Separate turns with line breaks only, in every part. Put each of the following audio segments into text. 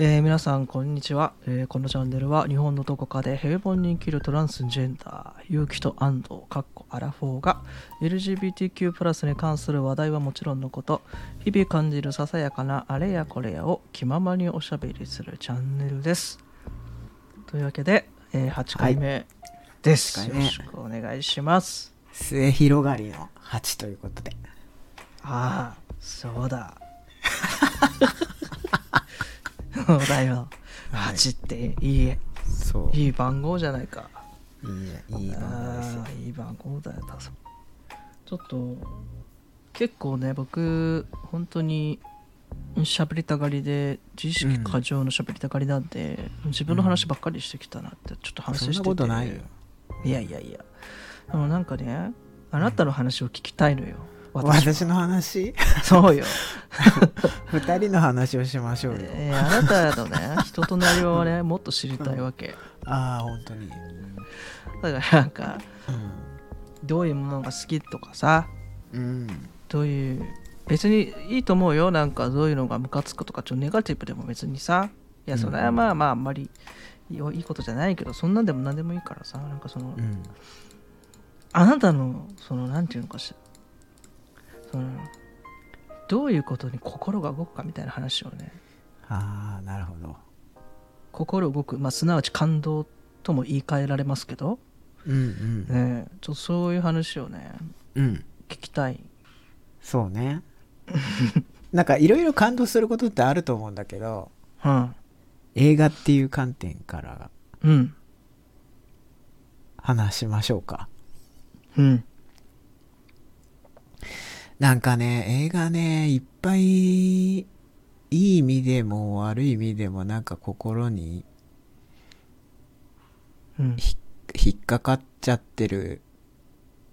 えー皆さんこんにちは、えーこのチャンネルは日本のどこかで平凡に生きるトランスジェンダー勇気と安藤かっこアラフォーが LGBTQ+ に関する話題はもちろんのこと日々感じるささやかなあれやこれやを気ままにおしゃべりするチャンネルですというわけで、えー8回目です、
8回
よ
目
ろしくお願いします
末広がりの8ということで
ああそうだ そうだよ
はい
8っていい
そういい
いい番号じゃないか
いい番号ですよ
あーいい番号だよ多分ちょっと結構ね僕本当に喋りたがりで自意識過剰の喋りたがりなんで、自分の話ばっかりしてきたなってちょっと反省してて
そんなことないよ
いやいやいやでもなんかねあなたの話を聞きたいのよ、私
私の話
そうよ
二人の話をしましょうよ、
えーあなたの ね人となりをねもっと知りたいわけ
ああ本当に、
だからなんかどういうものが好きとかさ
うん、
どういう別にいいと思うよなんかどういうのがムカつくとかちょっとネガティブでも別にさいやそれはまあまああんまりいいいいことじゃないけどそんなんでも何でもいいからさなんかその、
うん、
あなたのそのなんていうのかしらそのどういうことに心が動くかみたいな話をね
ああなるほど
心動くまあすなわち感動とも言い換えられますけど
うんうん
ねえちょっとそういう話をね
うん
聞きたい
そう ねなんかいろいろ感動することってあると思うんだけど
うん
映画っていう観点から
うん
話しましょうか
うん
なんかね、映画ね、いっぱい、いい意味でも悪い意味でもなんか心に
うん
ひ引っかかっちゃってる。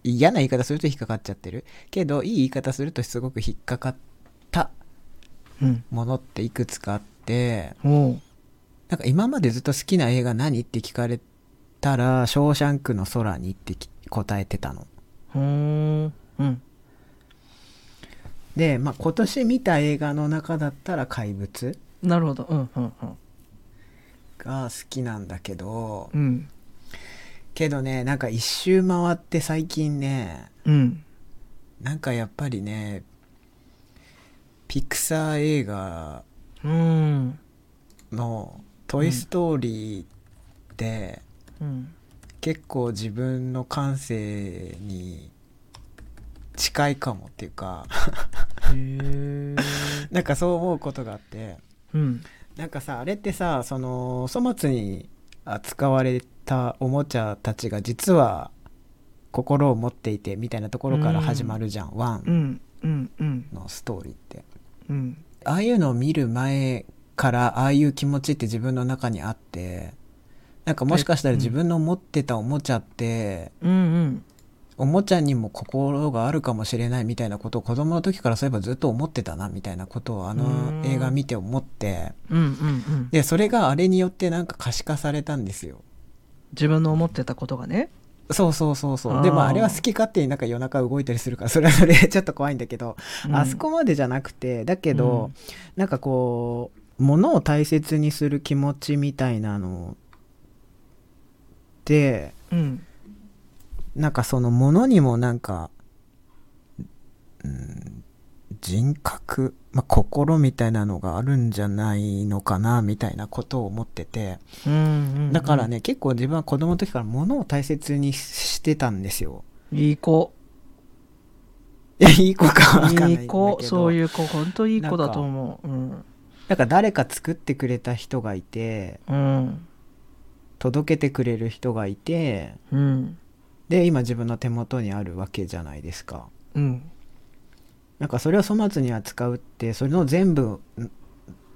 嫌な言い方すると引っかかっちゃってる。けど、いい言い方するとすごく引っかかった
うん
ものっていくつかあって、
おう
なんか今までずっと好きな映画何って聞かれたら、ショーシャンクの空にってき答えてたの。
ほーんうん
で、まあ今年見た映画の中だったら怪物
なるほどうんうんうん
が好きなんだけど、
うん
けどねなんか一周回って最近ね
うん
なんかやっぱりねピクサー映画
うん
の「トイ・ストーリー」で
うん
結構自分の感性に近いかもっていうか
へえ
なんかそう思うことがあって
うん
なんかさあれってさその粗末に扱われたおもちゃたちが実は心を持っていてみたいなところから始まるじゃん、ワン
うんうんうん
のストーリーって
うん
ああいうのを見る前からああいう気持ちって自分の中にあってなんかもしかした
え
ら
うん
自分の持ってたおもちゃって、
うんうん
おもちゃにも心があるかもしれないみたいなことを子供の時からそういえばずっと思ってたなみたいなことをあ
うん
の映画見て思って
うんうんうん
でそれがあれによってなんか可視化されたんですよ。
自分の思ってたことがね
そうそうそうそ
あー
う。でもあれは好き勝手になんか夜中動いたりするからそれはそれでちょっと怖いんだけど、
うん
あそこまでじゃなくてだけ
う
ど、
ん
なんかこう物を大切にする気持ちみたいなので
うん
なんかその物にもなんか、うん、人格、まあ、心みたいなのがあるんじゃないのかなみたいなことを思ってて
うんうんうん
だからね、結構自分は子供の時から物を大切にしてたんですよ。
いい子
いやいい子かわかんないんだけど
いい子そういう子本当いい子だと思ううん
なんか誰か作ってくれた人がいて
うん
届けてくれる人がいて
うん
で今自分の手元にあるわけじゃないですか
うん
なんかそれを粗末に扱うってそれの全部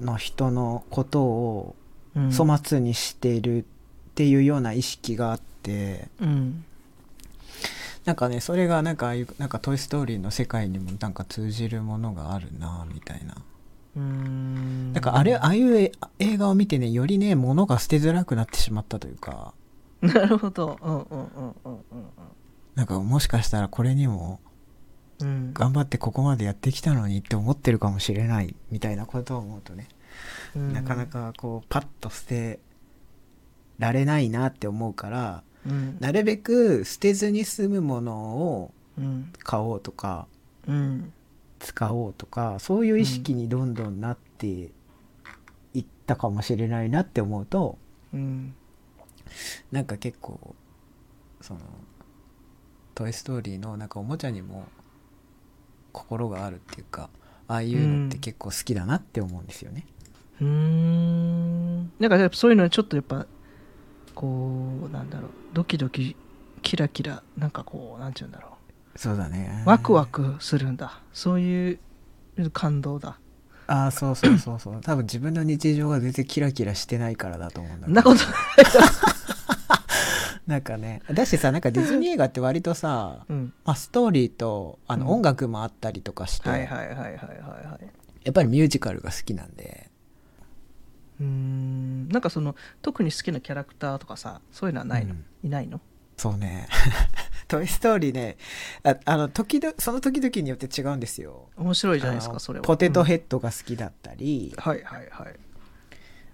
の人のことを
うん
粗末にしているっていうような意識があって、
うん
なんかねそれがなんかああいうなんか「トイ・ストーリー」の世界にもなんか通じるものがあるなみたいな
うーん
なんかあれああいうえ映画を見てねよりね物が捨てづらくなってしまったというか
なるほどうんうんうんうん
なんかもしかしたらこれにも
うんうん
頑張ってここまでやってきたのにって思ってるかもしれないみたいなことを思うとね
うん
なかな、かこうパッと捨てられないなって思うから
うん、
なるべく捨てずに済むものを
うん
買おうとか
うん
使おうとかそういう意識にどんどんなっていったかもしれないなって思うと
うん
なんか結構その「トイ・ストーリー」のなんかおもちゃにも心があるっていうかああいうのって結構好きだなって思うんですよね。
うーんなんかやっぱそういうのはちょっとやっぱこうなんだろうドキドキキラキラなんかこうなんて言うんだろ
そうだね
うワクワクするんだそういう感動だ
ああそうそうそうそう 多分自分の日常が全然キラキラしてないからだと思うんだ
そんなこと
なんかねだしさなんかディズニー映画って割 とさ、
うん
まあ、ストーリーとあ
うん
の音楽もあったりとかして、
はいはいはいはいはいはい
やっぱりミュージカルが好きなんで
うーんなんかその特に好きなキャラクターとかさそういうのはないの、
うん
いないの
そうね 「トイ・ストーリーね」ああの時々その時々によって違うんですよ
面白いじゃないです
あ
か
の
それは
ポテト
ッ
ヘッドが好きだったり、
ド、うんはいはいはい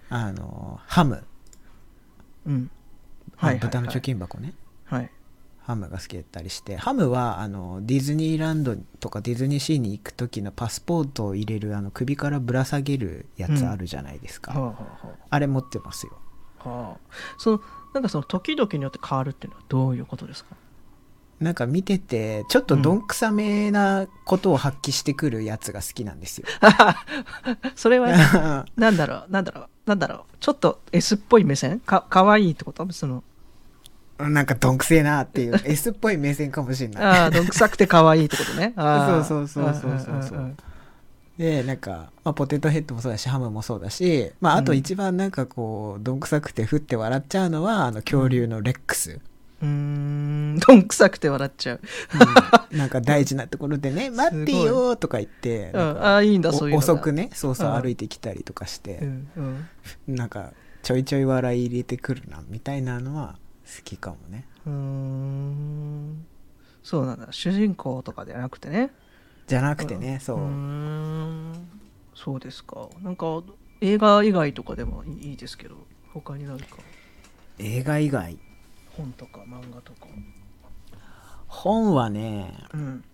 あのハム、
うんはいはいはい
豚の貯金箱ね
はい
ハムが好きだったりしてハムはあのディズニーランドとかディズニーシーに行く時のパスポートを入れるあの首からぶら下げるやつあるじゃないです
は
か、
あ、はあは
あれ持ってますよ
あ、はあ、そのなんかその時々によって変わるっていうのはどういうことですか
なんか見ててちょっとどんくさめなことを発揮してくるやつが好きなんですよ、
それは なんだろうなんだろうなんだろうちょっと S っぽい目線かかわいいってことその
なんかどんくせえなっていう S っぽい目線かもしれない
ああどんくさくてかわいいってこと ねああ
そうそうそうそうそうそうん
んんん
でなんか、まあ、ポテトヘッドもそうだしハムもそうだし、まあ、あと一番なんかこうどんくさくてふって笑っちゃうのはあの恐竜のレッ クス、
うーんどんくさくて笑っちゃう、
うんなんか大事なところでね「待ってよ」とか言って
う
なん
ん、
か
ああいいんだ
お
そういうのが
遅くねそうそう
うん
歩いてきたりとかし
う
て、
んうん
なんかちょいちょい笑い入れてくるなみたいなのは好きかもね
うーんそうなんだ主人公とかではなくてね
じゃなくてねそう
うーんそうですかなんか映画以外とかでもいいいですけど他に何か
映画以外
本とか漫画とか
本はね
うん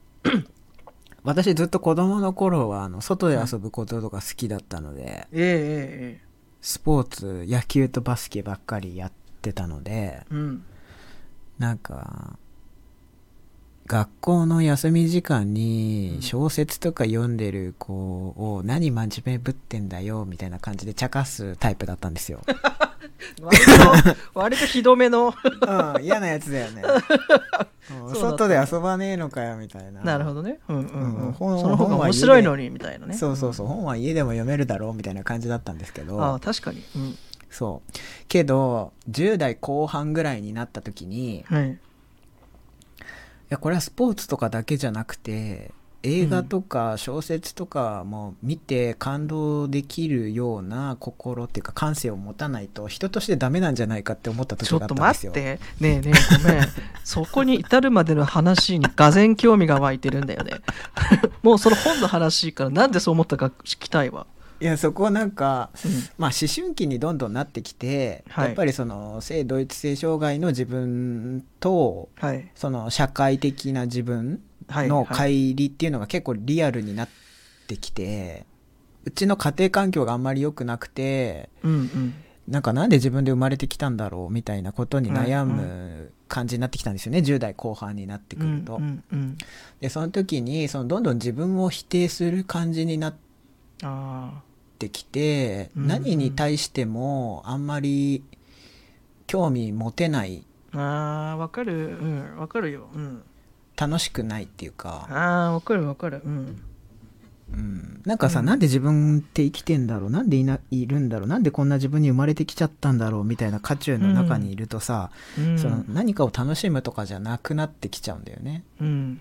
私ずっと子供の頃はあの外で遊ぶこととか好きだったので、
ええええ
スポーツ野球とバスケばっかりやってたので
ええ うん
なんか学校の休み時間に
うん
小説とか読んでる子を何真面目ぶってんだよみたいな感じで茶化すタイプだったんですよ。
割と割とひどめの
うん、嫌なやつだよ ね。うん
そうだった
外で遊ばねえのかよみたいな。
なるほどねうんうん、う、
うん
そ
ん本
の方
本
が
は
面
家で
白いのにみたいなね
そうそうそう本は家でも読めるだろうみたいな感じだったんですけ
ああ
ど
確かにうん
そうけど10代後半ぐらいになった時にい
はい
やこれはスポーツとかだけじゃなくて映画とか小説とかも見て感動できるような心っていうか感性を持たないと人としてダメなんじゃないかって思った時
ちょ
があ
っ
っ
と
たんで
待っ
すよ。
てねえねえごめんそこに至るまでの話にがぜ興味が湧いてるんだよね もうその本の話からなんでそう思ったか聞きたいわ
いやそこなんか、
うん
まあ、思春期にどんどんなってきて、
はい
やっぱりその性同一性障害の自分と
はい
その社会的な自分
はい
の
はい
乖離っていうのが結構リアルになってきてうちの家庭環境があんまり良くなくて
うんうん
なんかなんで自分で生まれてきたんだろうみたいなことに悩む感じになってきたんですよね、10代後半になってくると。
うんうんうん、
でその時にそのどんどん自分を否定する感じになって
あ
ってきて、
うん
何に対してもあんまり興味持てない
ーあーわかるうんわかるよ、うん、
楽しくないっていうか、
あーわかるわかるうん
うん、なんかさ、
うん
なんで自分って生きてんだろうなんでいないるんだろうなんでこんな自分に生まれてきちゃったんだろうみたいな渦中の中にいるとさ、
うん
その何かを楽しむとかじゃなくなってきちゃうんだよね。
うん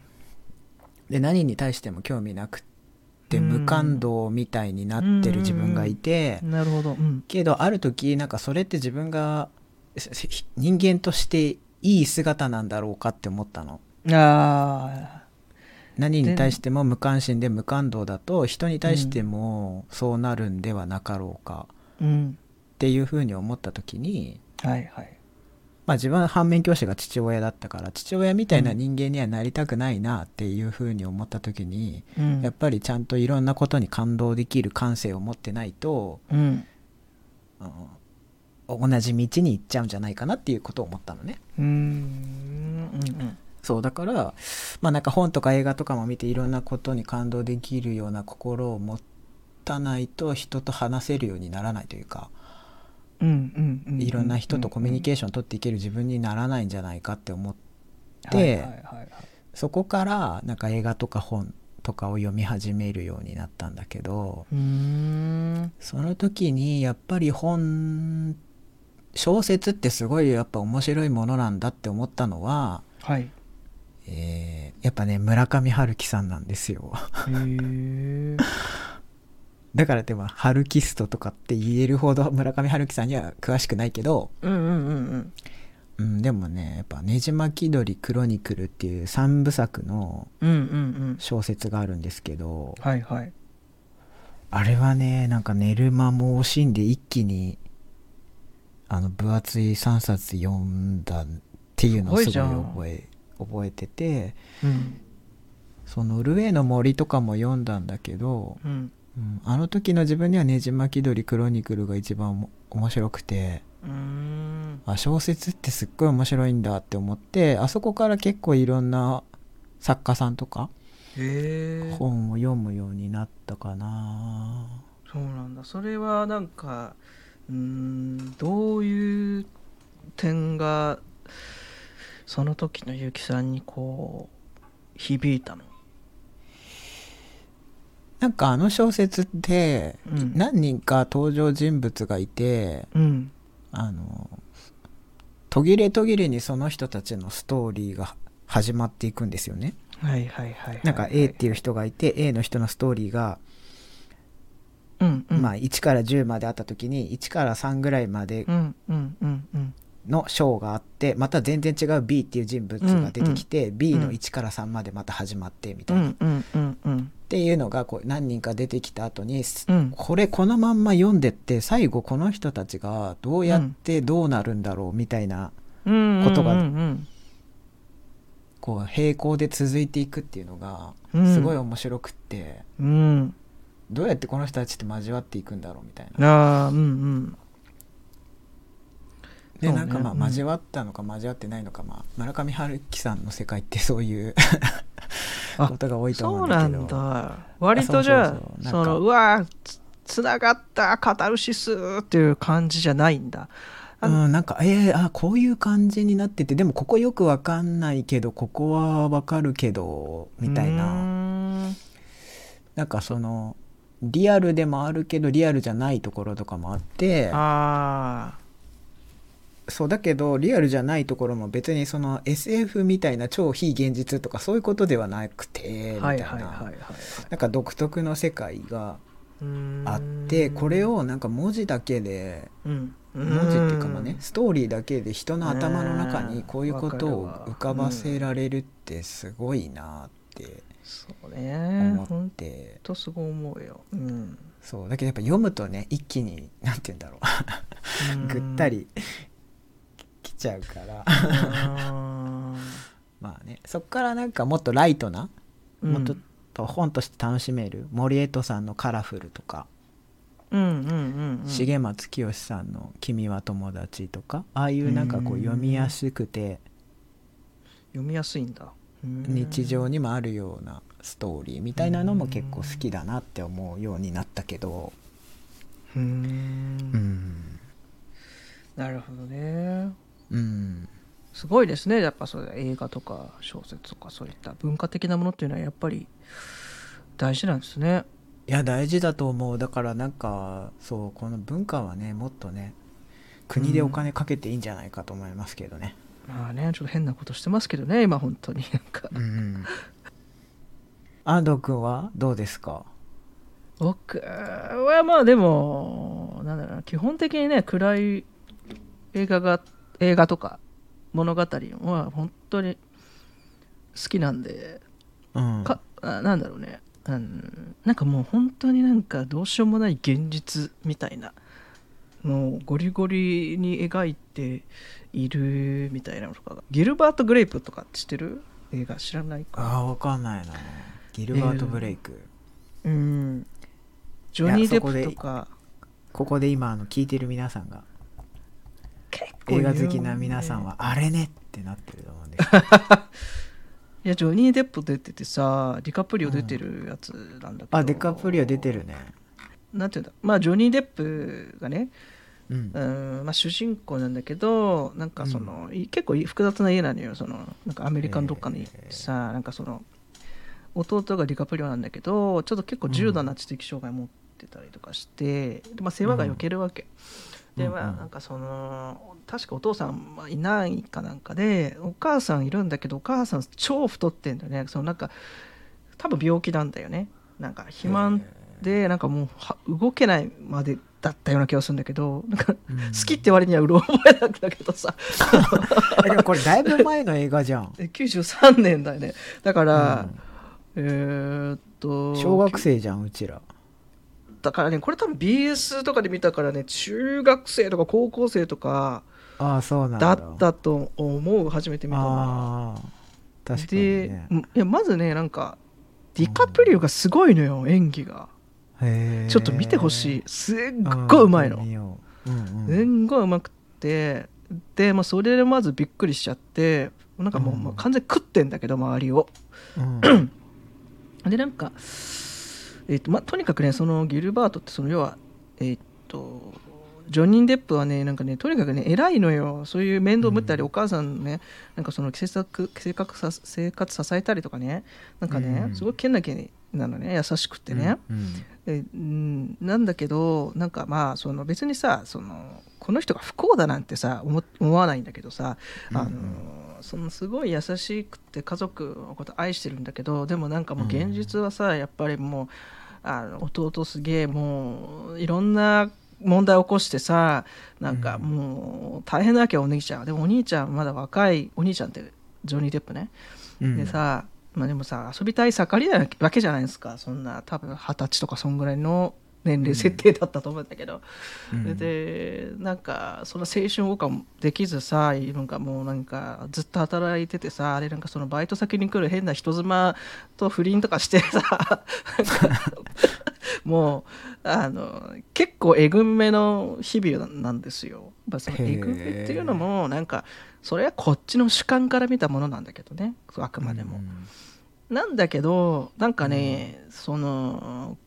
で何に対しても興味なくって
うん
無感動みたいになってる自分がいて、
なるほどうん
けどある時なんかそれって自分がせせ人間としていい姿なんだろうかって思ったの
ああ
何に対しても無関心で無感動だと人に対してもそうなるんではなかろうか
うん
っていうふうに思った時に、
はいはい
まあ、自分は反面教師が父親だったから父親みたいな人間にはなりたくないなっていうふうに思った時に、
うん
やっぱりちゃんといろんなことに感動できる感性を持ってないと、
うん
うん同じ道に行っちゃうんじゃないかなっていうことを思ったのね。
うーんうん
そうだからまあなんか本とか映画とかも見ていろんなことに感動できるような心を持たないと人と話せるようにならないというか
うんうんうんうん
いろんな人とコミュニケーション取っていける自分にならないんじゃないかって思って
うんうんはいはいはいはい
そこからなんか映画とか本とかを読み始めるようになったんだけど
うーん
その時にやっぱり本小説ってすごいやっぱ面白いものなんだって思ったのは、
はいへ
えーやっぱね村上春樹さんなんですよ。
え
だからでもハルキストとかって言えるほど村上春樹さんには詳しくないけど、
うんうんうんうん
うん、でもねやっぱ「ねじまき鳥クロニクル」っていう3部作の
うんうんうん
小説があるんですけど
はいはい
あれはねなんか寝る間も惜しんで一気にあの分厚い3冊読んだっていうのをす
すご
ご
い
い
じゃん
覚え覚えてて
うん
その「ノルウェーの森」とかも読んだんだけど、
うん
うん、あの時の自分には「ねじまき鳥クロニクル」が一番おも面白くて。
うーん
あ小説ってすっごい面白いんだって思ってあそこから結構いろんな作家さんとか
へえ
本を読むようになったかな
そうなんだそれはなんかうーんどういう点がその時の結城さんにこう響いたの
なんかあの小説って
うん
何人か登場人物がいて
うん
あの途切れ途切れにその人たちのストーリーが始まっていくんですよね。
はいはいはいはいはい
なんか A っていう人がいて A の人のストーリーが
うんうん
まあ1から10まであった時に1から3ぐらいまで
うんうんうんうん
の章があってまた全然違う B っていう人物が出てきて、B の1から3までまた始まってみた
う
いな、っ
んうんうんうん
ていうのがこう何人か出てきた後に、す
うん
これこのまんま読んでって最後この人たちがどうやってどうなるんだろうみたいな、
うん
ことが
うんうん
こう平行で続いていくっていうのが
うん
すごい面白くって、
うん
どうやってこの人たちって交わっていくんだろうみたいな。
ああうんうん
で
そうね
なんかま
うん
あ交わったのか交わってないのか、まあ、村上春樹さんの世界ってそういう
あ
ことが多いと
そ
思う
うんな
だけど。
んだ割とじゃあ
そうそう
そ
そうなんか
のうわーつつながったカタルシスっていう感じじゃないんだあ
うん、なんか、えー、あこういう感じになっててでもここよくわかんないけどここはわかるけどみたいう
ー
なんなんかそのリアルでもあるけどリアルじゃないところとかもあって
あ
そうだけどリアルじゃないところも別にその SF みたいな超非現実とかそういうことではなくて
あは
みたい
い
な、
はいはいはい
なんか独特の世界が
うーん
あってこれをなんか文字だけで
うん
文字っていうかまあねストーリーだけで人の頭の中にこういうことを浮かばせられるってすごいなって
そうね
思
ほ
っ
ん
て
とすごい思うようん
そうだけどやっぱ読むとね一気に何て言うんだろうぐったりきちゃうから
うーん
まあねそっからなんかもっとライトな
うん
もっと本として楽しめる森江戸さんの「カラフル」とか
うんうんうんうん
重松清さんの「君は友達」とかああいうなんかこう読みやすくて
読みやすいんだうーん
日常にもあるようなストーリーみたいなのも結構好きだなって思うようになったけど
うーん
うん
なるほどね
うん
すごいですねやっぱそういう映画とか小説とかそういった文化的なものっていうのはやっぱり大事なんですね
いや大事だと思うだからなんかそうこの文化はねもっとね国でお金かけていいんじゃないかと思いますけどね
まあねちょっと変なことしてますけどね今本当になんか
うん安藤君はどうですか
僕はまあでもなんだろうな基本的にね暗い映画が映画とか物語は本当に好きなんで
うん、
かあなんだろうね、うん、なんかもう本当になんかどうしようもない現実みたいなのをゴリゴリに描いているみたいなのとかがギルバート・グレイプとかって知ってる映画知らない
あ
か
あわかんないなギルバート・ブレイク、
うんジョニー・デッ
い
プと
やそこで
か
ここで今あの聞いてる皆さんが
結構
映
有名
画好きな皆さんはあれねってなってると思うんです
いやジョニー・デップ出ててさディカプリオ出てるやつなんだけど、
あデカプリオ出てるね
なんていうんだまあジョニー・デップがね
うん
うんまあ、主人公なんだけどなんかその、い結構複雑な家なのよそのなんかアメリカのどっかに
えー
さ、なんかその弟がディカプリオなんだけどちょっと結構重度な知的障害持ってたりとかして、でまあ、世話がよけるわけ、
うん
で
うん
まあ
うん
なんかその確かお父さんまあいないかなんかでお母さんいるんだけどお母さん超太ってんだよねそのなんか多分病気なんだよねなんか肥満でなんかもうは動けないまでだったような気がするんだけどなんか
うん
好きって割にはうろ覚えなんだけどさ
えでもこれだいぶ前の映画じゃ ん
え93年だよねだから
う
え
ん、
ーっと
小学生じゃんうちら
だからねこれ多分 BS とかで見たからね中学生とか高校生とか
ああそうなん
だ
だ
ったと思う初めて見たのは
ああ確かに
で
ね
うんいやまずねなんかディカプリオがすごいのよ演技が
へー
ちょっと見てほしいすっごいうまいの
あー見よううんう
す
ん
んごいうまくってで、まあ、それでまずびっくりしちゃってなんかもう、
うん
まあ完全に食ってんだけど周りを
うん
でなんか、えっとまあ、とにかくねそのギルバートってその要はえっとジョニー・デップはねなんかねとにかくね偉いのよそういう面倒を見たり、
うん
お母さんのねなんかその制作性格さ生活支えたりとかねなんかね、
うん
すごいけなげなのね優しくってね、
うん
えうんなんだけどなんかまあその別にさそのこの人が不幸だなんてさ思思わないんだけどさ、あ
う
の
ん
そのすごい優しくて家族のこと愛してるんだけどでもなんかもう現実はさ、やっぱりもうあの弟すげえもういろんな問題起こしてさなんか
うん
もう大変なわけよお兄ちゃんはでもお兄ちゃんまだ若いお兄ちゃんってジョニー・デップね、
うん
でさ、まあ、でもさ遊びたい盛りなわけじゃないですかそんな多分二十歳とかそんぐらいの年齢設定だったと思うんだけど、
うん
でなんかその青春をもできずさなんかもうなんかずっと働いててさあれなんかそのバイト先に来る変な人妻と不倫とかしてさ なんかもうあの結構えぐめの日々なんですよ。まあそのえぐめっていうのもなんかそれはこっちの主観から見たものなんだけどねあくまでも。なんだけどなんかね、その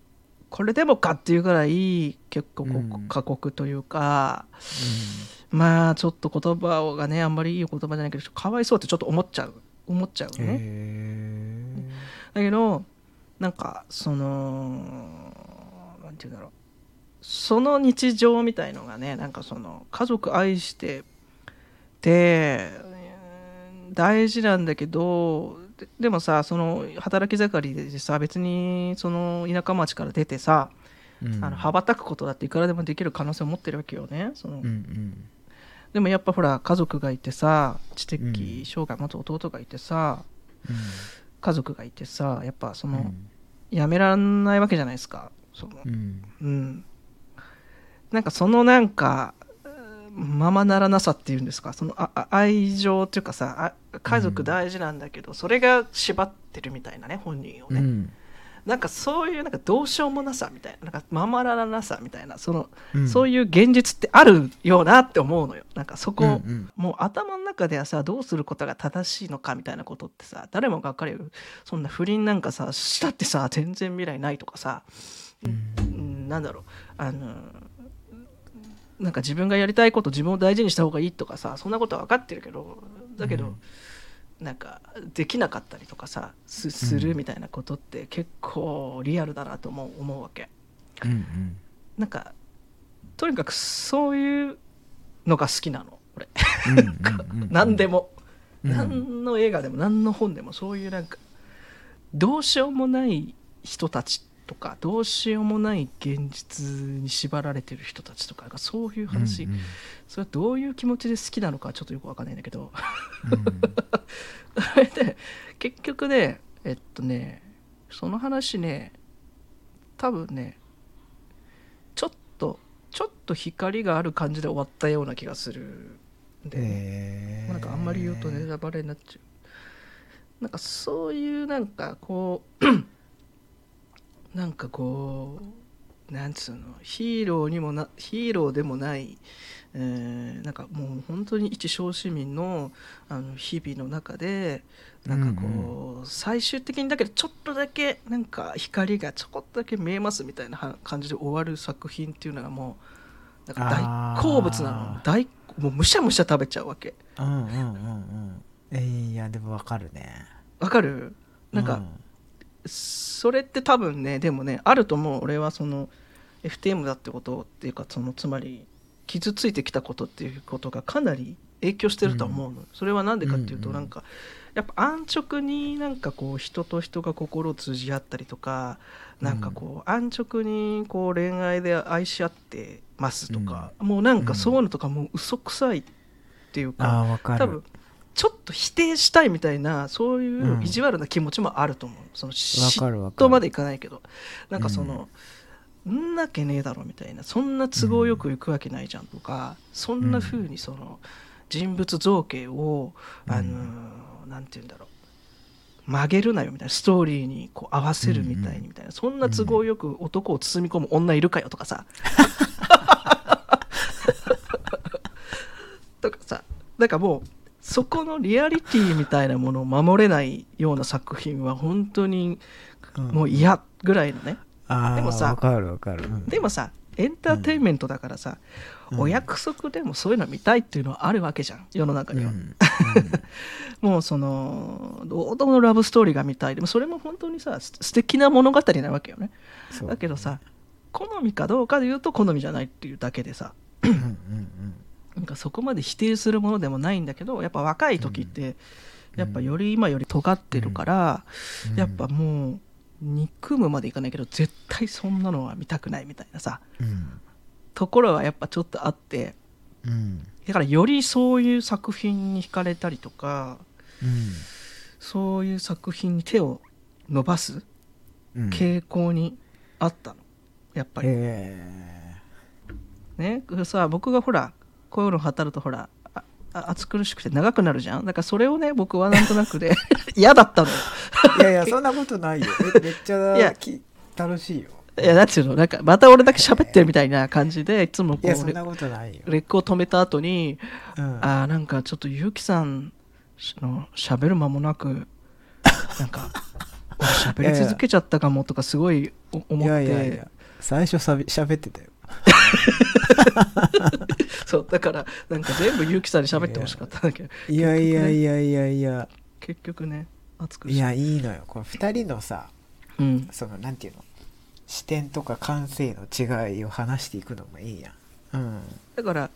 これでもかっていうぐらい結構こう
うん
過酷というか、まあちょっと言葉がねあんまりいい言葉じゃないけどかわいそうってちょっと思っちゃう思っちゃう
うん
のね。
へ
だけどなんかそのなんて言うんだろうその日常みたいのがねなんかその家族愛しててうーん大事なんだけどででもさその働き盛りでさ別にその田舎町から出てさ、
ーうん
あの羽ばたくことだっていくらでもできる可能性を持ってるわけよねその、
うんうん
でもやっぱほら家族がいてさ知的
うん
障害持つ弟がいてさ、
うん
家族がいてさやっぱその、
うん
やめらんないわけじゃないですかその
うん
うんなんかそのなんかうんままならなさっていうんですかそのああ愛情っていうかさあ家族大事なんだけど、それが縛ってるみたいなね本人を
う
ね、
ん
なんかそういうなんかどうしようもなさみたいななんかままならなさみたいなその、
うん
そういう現実ってあるよなって思うのよなんかそこ、
うんうん
もう頭の中ではさどうすることが正しいのかみたいなことってさ誰もがっかりよそんな不倫なんかさしたってさ全然未来ないとかさ、うん、なんだろうあのなんか自分がやりたいこと自分を大事にした方がいいとかさそんなことは分かってるけどだけど、
うん
なんかできなかったりとかさすするみたいなことって結構リアルだなと思う思うわけ。
うんうん
なんかとにかくそういうのが好きなの俺。
うんうんうん
何でも、
うん
何の映画でも何の本でもそういうなんかどうしようもない人たちとかどうしようもない現実に縛られてる人たちとかがそういう話、
うんうん
それはどういう気持ちで好き なのかちょっとよくわかんないんだけど
うん
それで結局ねえっとねその話ね多分ねちょっとちょっと光がある感じで終わったような気がするんで、
えー
なんかあんまり言うとネタバレになっちゃうなんかそういうなんかこう なんかこうなんつうのヒーローにもなヒーローでもない、えーなんかもう本当に一小市民のあの日々の中でなんかこう、最終的にだけどちょっとだけなんか光がちょこっとだけ見えますみたいなは感じで終わる作品っていうのがもうなんか
あ
大
ー
好物なの大もうむしゃむしゃ食べちゃうわけ。
うんうんうんうんえーいやでもわかるね
わかるなんか、それって多分ねでもねあると思う俺はその FTM だってことっていうかそのつまり傷ついてきたことっていうことがかなり影響してるとは思うの、それは何でかっていうと、
うんうん
なんかやっぱ安直になんかこう人と人が心を通じ合ったりとかなんかこう安直にこう恋愛で愛し合ってますとか、もうなんかそういうのとかもう嘘くさいっていう
うん
か、
ああわかる
多分ちょっと否定したいみたいなそういううん意地悪な気持ちもあると思う、その
わ
嫉
かるわか
妬
る
までいかないけどなんかその、んなわけねえだろみたいなそんな都合よくいくわけないじゃんとか、そんな風にその人物造形を、あのーなんて言うんだろう曲げるなよみたいなストーリーにこう合わせるみたいにみたいな、そんな都合よく男を包み込む女いるかよとかさ、 とかさなんかもうそこのリアリティみたいなものを守れないような作品は本当に
うん
もう嫌ぐらいのね、
あー
でもさ
わかるわかる、うん
でもさエンターテインメントだからさ、
うん
お約束でもそういうの見たいっていうのはあるわけじゃん世の中
うん
に
う
は、
ん
もうその王道のラブストーリーが見たいでもそれも本当にさす素敵な物語なわけよね
そう
だけどさ好みかどうかで言うと好みじゃないっていうだけでさ
うんうんうん
なんかそこまで否定するものでもないんだけどやっぱ若い時って、
うん
やっぱより今より尖ってるから、
うん
やっぱもう憎むまでいかないけど絶対そんなのは見たくないみたいなさ
うん
ところはやっぱちょっとあって
うん
だからよりそういう作品に惹かれたりとか
うん
そういう作品に手を伸ばす
うん
傾向にあったの、やっぱり
え
ねさ僕がほらこういうの働くとほらああ暑苦しくて長くなるじゃんだからそれをね僕はなんとなく で嫌だったのよ
ーいやいやそんなこと ないよえめっち
いや
ゃき楽しいよ
いやなんていうのなんかまた俺だけ喋ってるみたいな感じでいつもこ
いやそ
うんレ
なことないよ、
レックを止めた後に
うん、
あーなんかちょっとゆうきさんしの喋る間もなくなんか俺喋り続けちゃったかもとかすごいお思
いや
っ
いやい
て
や最初さび喋ってたよ
そうだからなんか全部ゆうきさんに喋ってほしかったんだけど
いやいやいやいやいや
結局ね熱く
い
し
やいいのよこの2人のさ
うん
そのなんていうの視点とか感性の違いを話していくのもいいやんうん
だから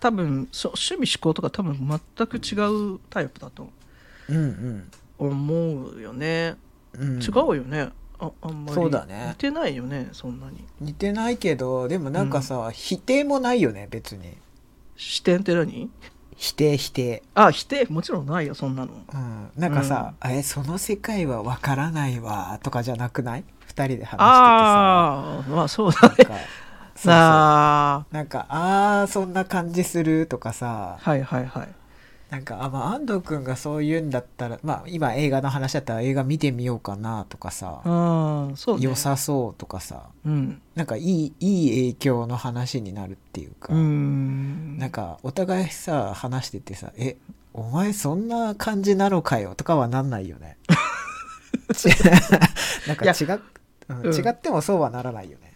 多分そ趣味思考とか多分全く違うタイプだと
うん
思うよね、
うんうん
違うよねああんまり
そうだね
似てないよねそんなに
似てないけどでもなんかさ、否定もないよね別に
視点って何
否定否定
あ否定もちろんないよそんなの
うんなんかさ、えその世界はわからないわとかじゃなくない二人で話しててさ
ああまあそう だね
なんかそうそう
あ
なんかあーそんな感じするとか
あ
さ
はいはいはい
なんかあ、まあ、安藤君がそう言うんだったら、まあ、今映画の話だったら映画見てみようかなとかさ、
ああそうね
良さそうとかさ
うん
なんかいいいい影響の話になるっていうか、
うーん
なんかお互いさ話しててさ「えお前そんな感じなのかよ」とかはなんないよね。ちなんか
いや
違う、うん
うん
違ってもそうはならないよね。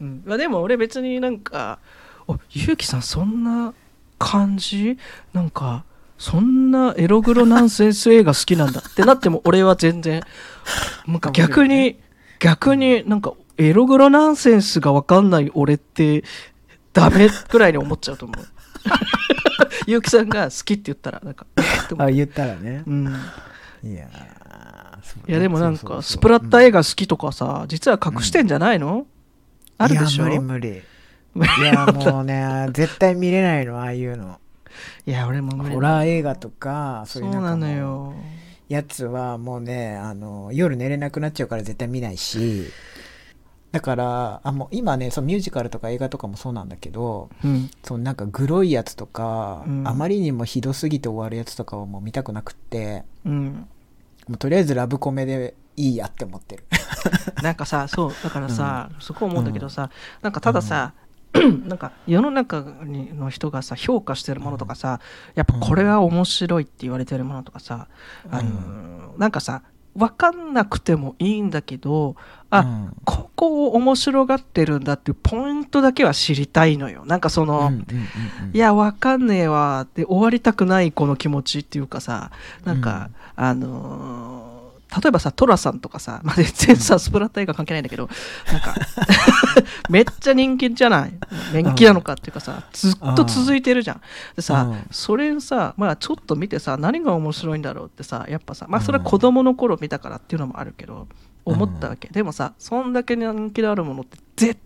うんまあ、でも俺別になんか「おゆうきさんそんな感じなんかそんなエログロナンセンス映画好きなんだ」ってなっても俺は全 然なんか逆に、逆になんかエログロナンセンスが分かんない俺ってダメくらいに思っちゃうと思 う。ゆうきさんが好きって言ったらなんか、でも
あ言ったらね
う。ん、
いやーそう
いやでもなん
そうそうそ
か
う
スプラッタ映画好きとかさ実は隠してんじゃないの、あるでしょ
いや無理 無理。いやもうね絶対見れないのああいうの。
いや俺も無理
ホラー映画とか
そ
そうういうなん
な
か
の
もう
よ。
やつはもうねあの夜寝れなくなっちゃうから絶対見ないしだからあもう今ねそのミュージカルとか映画とかもそうなんだけど
うん
そのなんかグロいやつとか、
うん
あまりにもひどすぎて終わるやつとかをもう見たくなくって
うん
もうとりあえずラブコメでいいやって思ってる。
なんか さそうだからさ、そこ思うんだけどさ、なんかたださ、 なんか世の中にの人がさ評価してるものとかさやっぱこれは面白いって言われてるものとかさ、あのーなんかさ分かんなくてもいいんだけどあ、
うん
ここを面白がってるんだっていうポイントだけは知りたいのよなんかその、
うんうんうんうん
いや、わかんねえわって終わりたくないこの気持ちっていうかさ、なんか、あのー例えばさ、トラさんとかさ、まあ、全然さ、スプラッタ映画関係ないんだけど、なんか、 めっちゃ人気じゃない人気なのかっていうかさ、ずっと続いてるじゃん。でさ、
うん
それさ、まあちょっと見てさ、何が面白いんだろうってさ、やっぱさ、まあそれは子供の頃見たからっていうのもあるけど、思ったわけ。でもさ、そんだけ人気のあるものって絶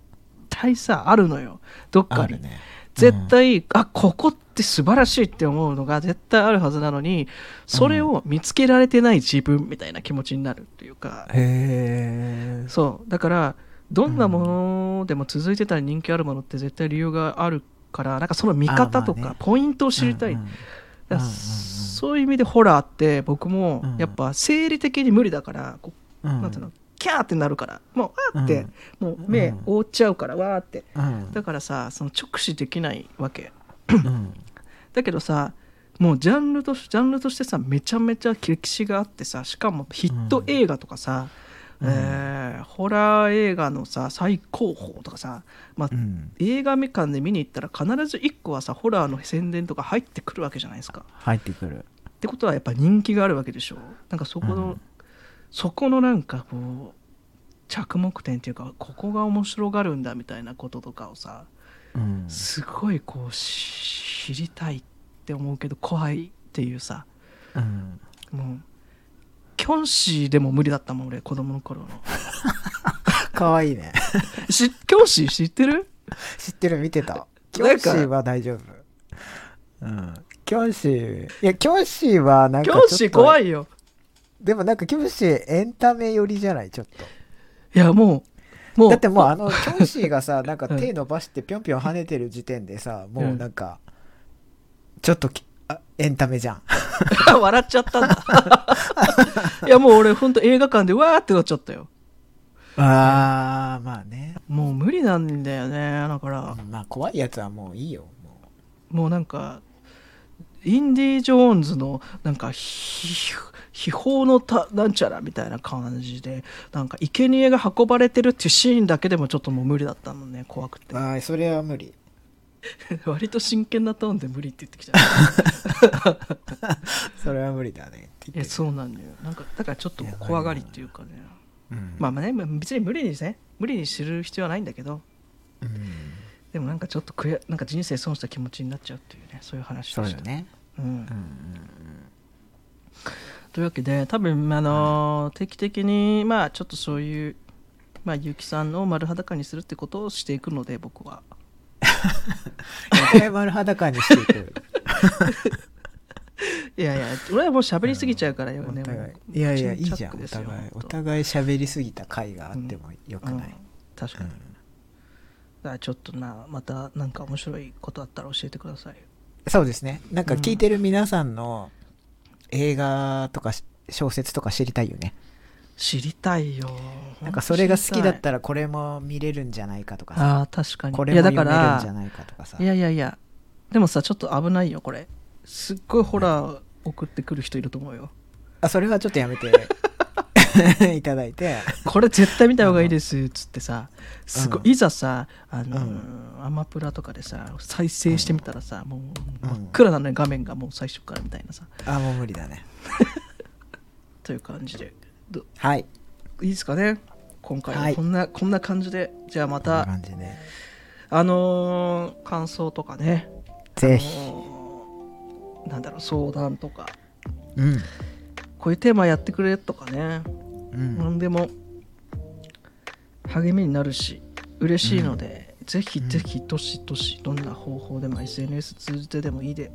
対さ、あるのよ。どっか
あ
に
る。ね
絶対、あここって素晴らしいって思うのが絶対あるはずなのにそれを見つけられてない自分みたいな気持ちになるっていうか、
へえ
そうだからどんなものでも続いてたら人気あるものって絶対理由があるからなんかその見方と
あまあ
か
ね
ポイントを知りたい、
うんうん
だ
うんうんう
から
ん
そういう意味でホラーって僕も
うん
やっぱ生理的に無理だからこう、
うん
なんていうのキャーってなるからもうあーって、もう目
うん
覆っちゃうからわーって
うん
だからさその直視できないわけ。
うん
だけどさもうジャンルとしジャンルとしてさめちゃめちゃ歴史があってさしかもヒット映画とかさ、
うん
えーホラー映画のさ最高峰とかさ、まあ
うん
映画館で見に行ったら必ず1個はさホラーの宣伝とか入ってくるわけじゃないですか。
入ってくる
ってことはやっぱ人気があるわけでしょ。なんかそこの、
うん
そこのなんかこう着目点っていうかここが面白がるんだみたいなこととかをさ
うん
すごいこうし知りたいって思うけど怖いっていうさ
うん
もうキョンシーでも無理だったもん俺子供の頃の
かわいいね
しキョンシー知ってる
知ってる見てたキ
な
ョ
ん
ンシ
か
ーは大丈夫うんキョンシーいやキョンシーはなん
キ
か
ョンシー怖
い
いよ
でもなんかキョンシーエンタメ寄りじゃないちょっと
いやもうもう
だってもうあのキョンシーが さなんか
うん
手伸ばしてぴょんぴょん跳ねてる時点でさもううんなんかちょっときあエンタメじゃん
笑っちゃったんだいやもう俺ほんと映画館でわーってなっちゃったよ
あーまあね
もう無理なんだよねだから
まあ怖いやつはもういいよも
もうなんかインディ・ジョーンズのなんかひ秘宝のたなんちゃらみたいな感じでなんか生贄が運ばれてるっていうシーンだけでもちょっともう無理だったのね怖くて
うあーそれは無理
割と真剣なトーンで無理って言ってきた
それは無理だねって
え
言って
そうなんだよなんかだからちょっと怖がりっていうかね
うん
まあまあね別に無理にね無理に知る必要はないんだけど
うん
でもなんかちょっと悔やなんか人生損した気持ちになっちゃうっていうねそういう話
そ
で
う
し
よ
た
ね
うん
うん
というわけで多分、あのー定期的にまあちょっとそういう、まあ、結城さんを丸裸にするってことをしていくので僕は
一回丸裸にしていく
いやいや俺はもう喋りすぎちゃうからよね
お互い
もう
いやいやいい
チンチ
じ
ャッ
ゃ
ク
ん
で
お
すよ
互いお
本当
互い喋りすぎた回があってもよくない、
うん確かに、
うん
だからちょっとなまたなんか面白いことあったら教えてください
そうですねなんか聞いてる皆さんの映画とかし小説とか知りたいよね
知りたいよ
なんかそれが好きだっ
ら
たらこれも見れるんじゃないかとかさ
あー確かに
これ
い
も
やだ
読め
か
るん
ら
じゃないかとかさ
いやいやいやでもさちょっと危ないよこれすっごいホラー送ってくる人いると思うよ
あそれはちょっとやめて いただいて
これ絶対見た方がいいですっつってさすごい、
うん
いざさあのー、
う
アマプラとかでさ再生してみたらさ、もう
うん
真っ暗なのよ画面がもう最初からみたいなさ
あもう無理だね
という感じでど
はい
いいですかね今回
は
はいこんな、こんな感じでじゃあま
こんな
た
感じね
あのー感想とかね
ぜ
あ
ひ
のーなんだろう相談とか
うん
こういうテーマやってくれとかね
うん
何でも励みになるし嬉しいので、ぜひぜひどしどしどんな方法でも SNS 通じてでもいいで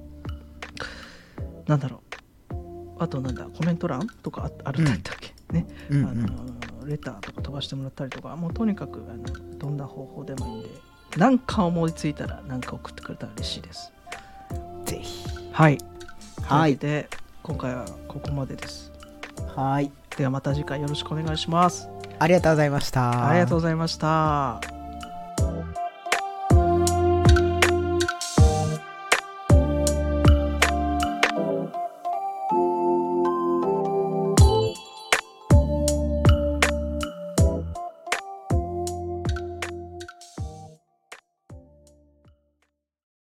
なんだろうあとなんだコメント欄とかああるんだったっけ、ね、
うん
あ
うん
のレターとか飛ばしてもらったりとかもうとにかくあのどんな方法でもいいんで何か思いついたら何か送ってくれたら嬉しいです
ぜひ
はい
はい
で今回はここまでです
はい
ではまた次回よろしくお願いします
ありがとうございました
ありがとうございました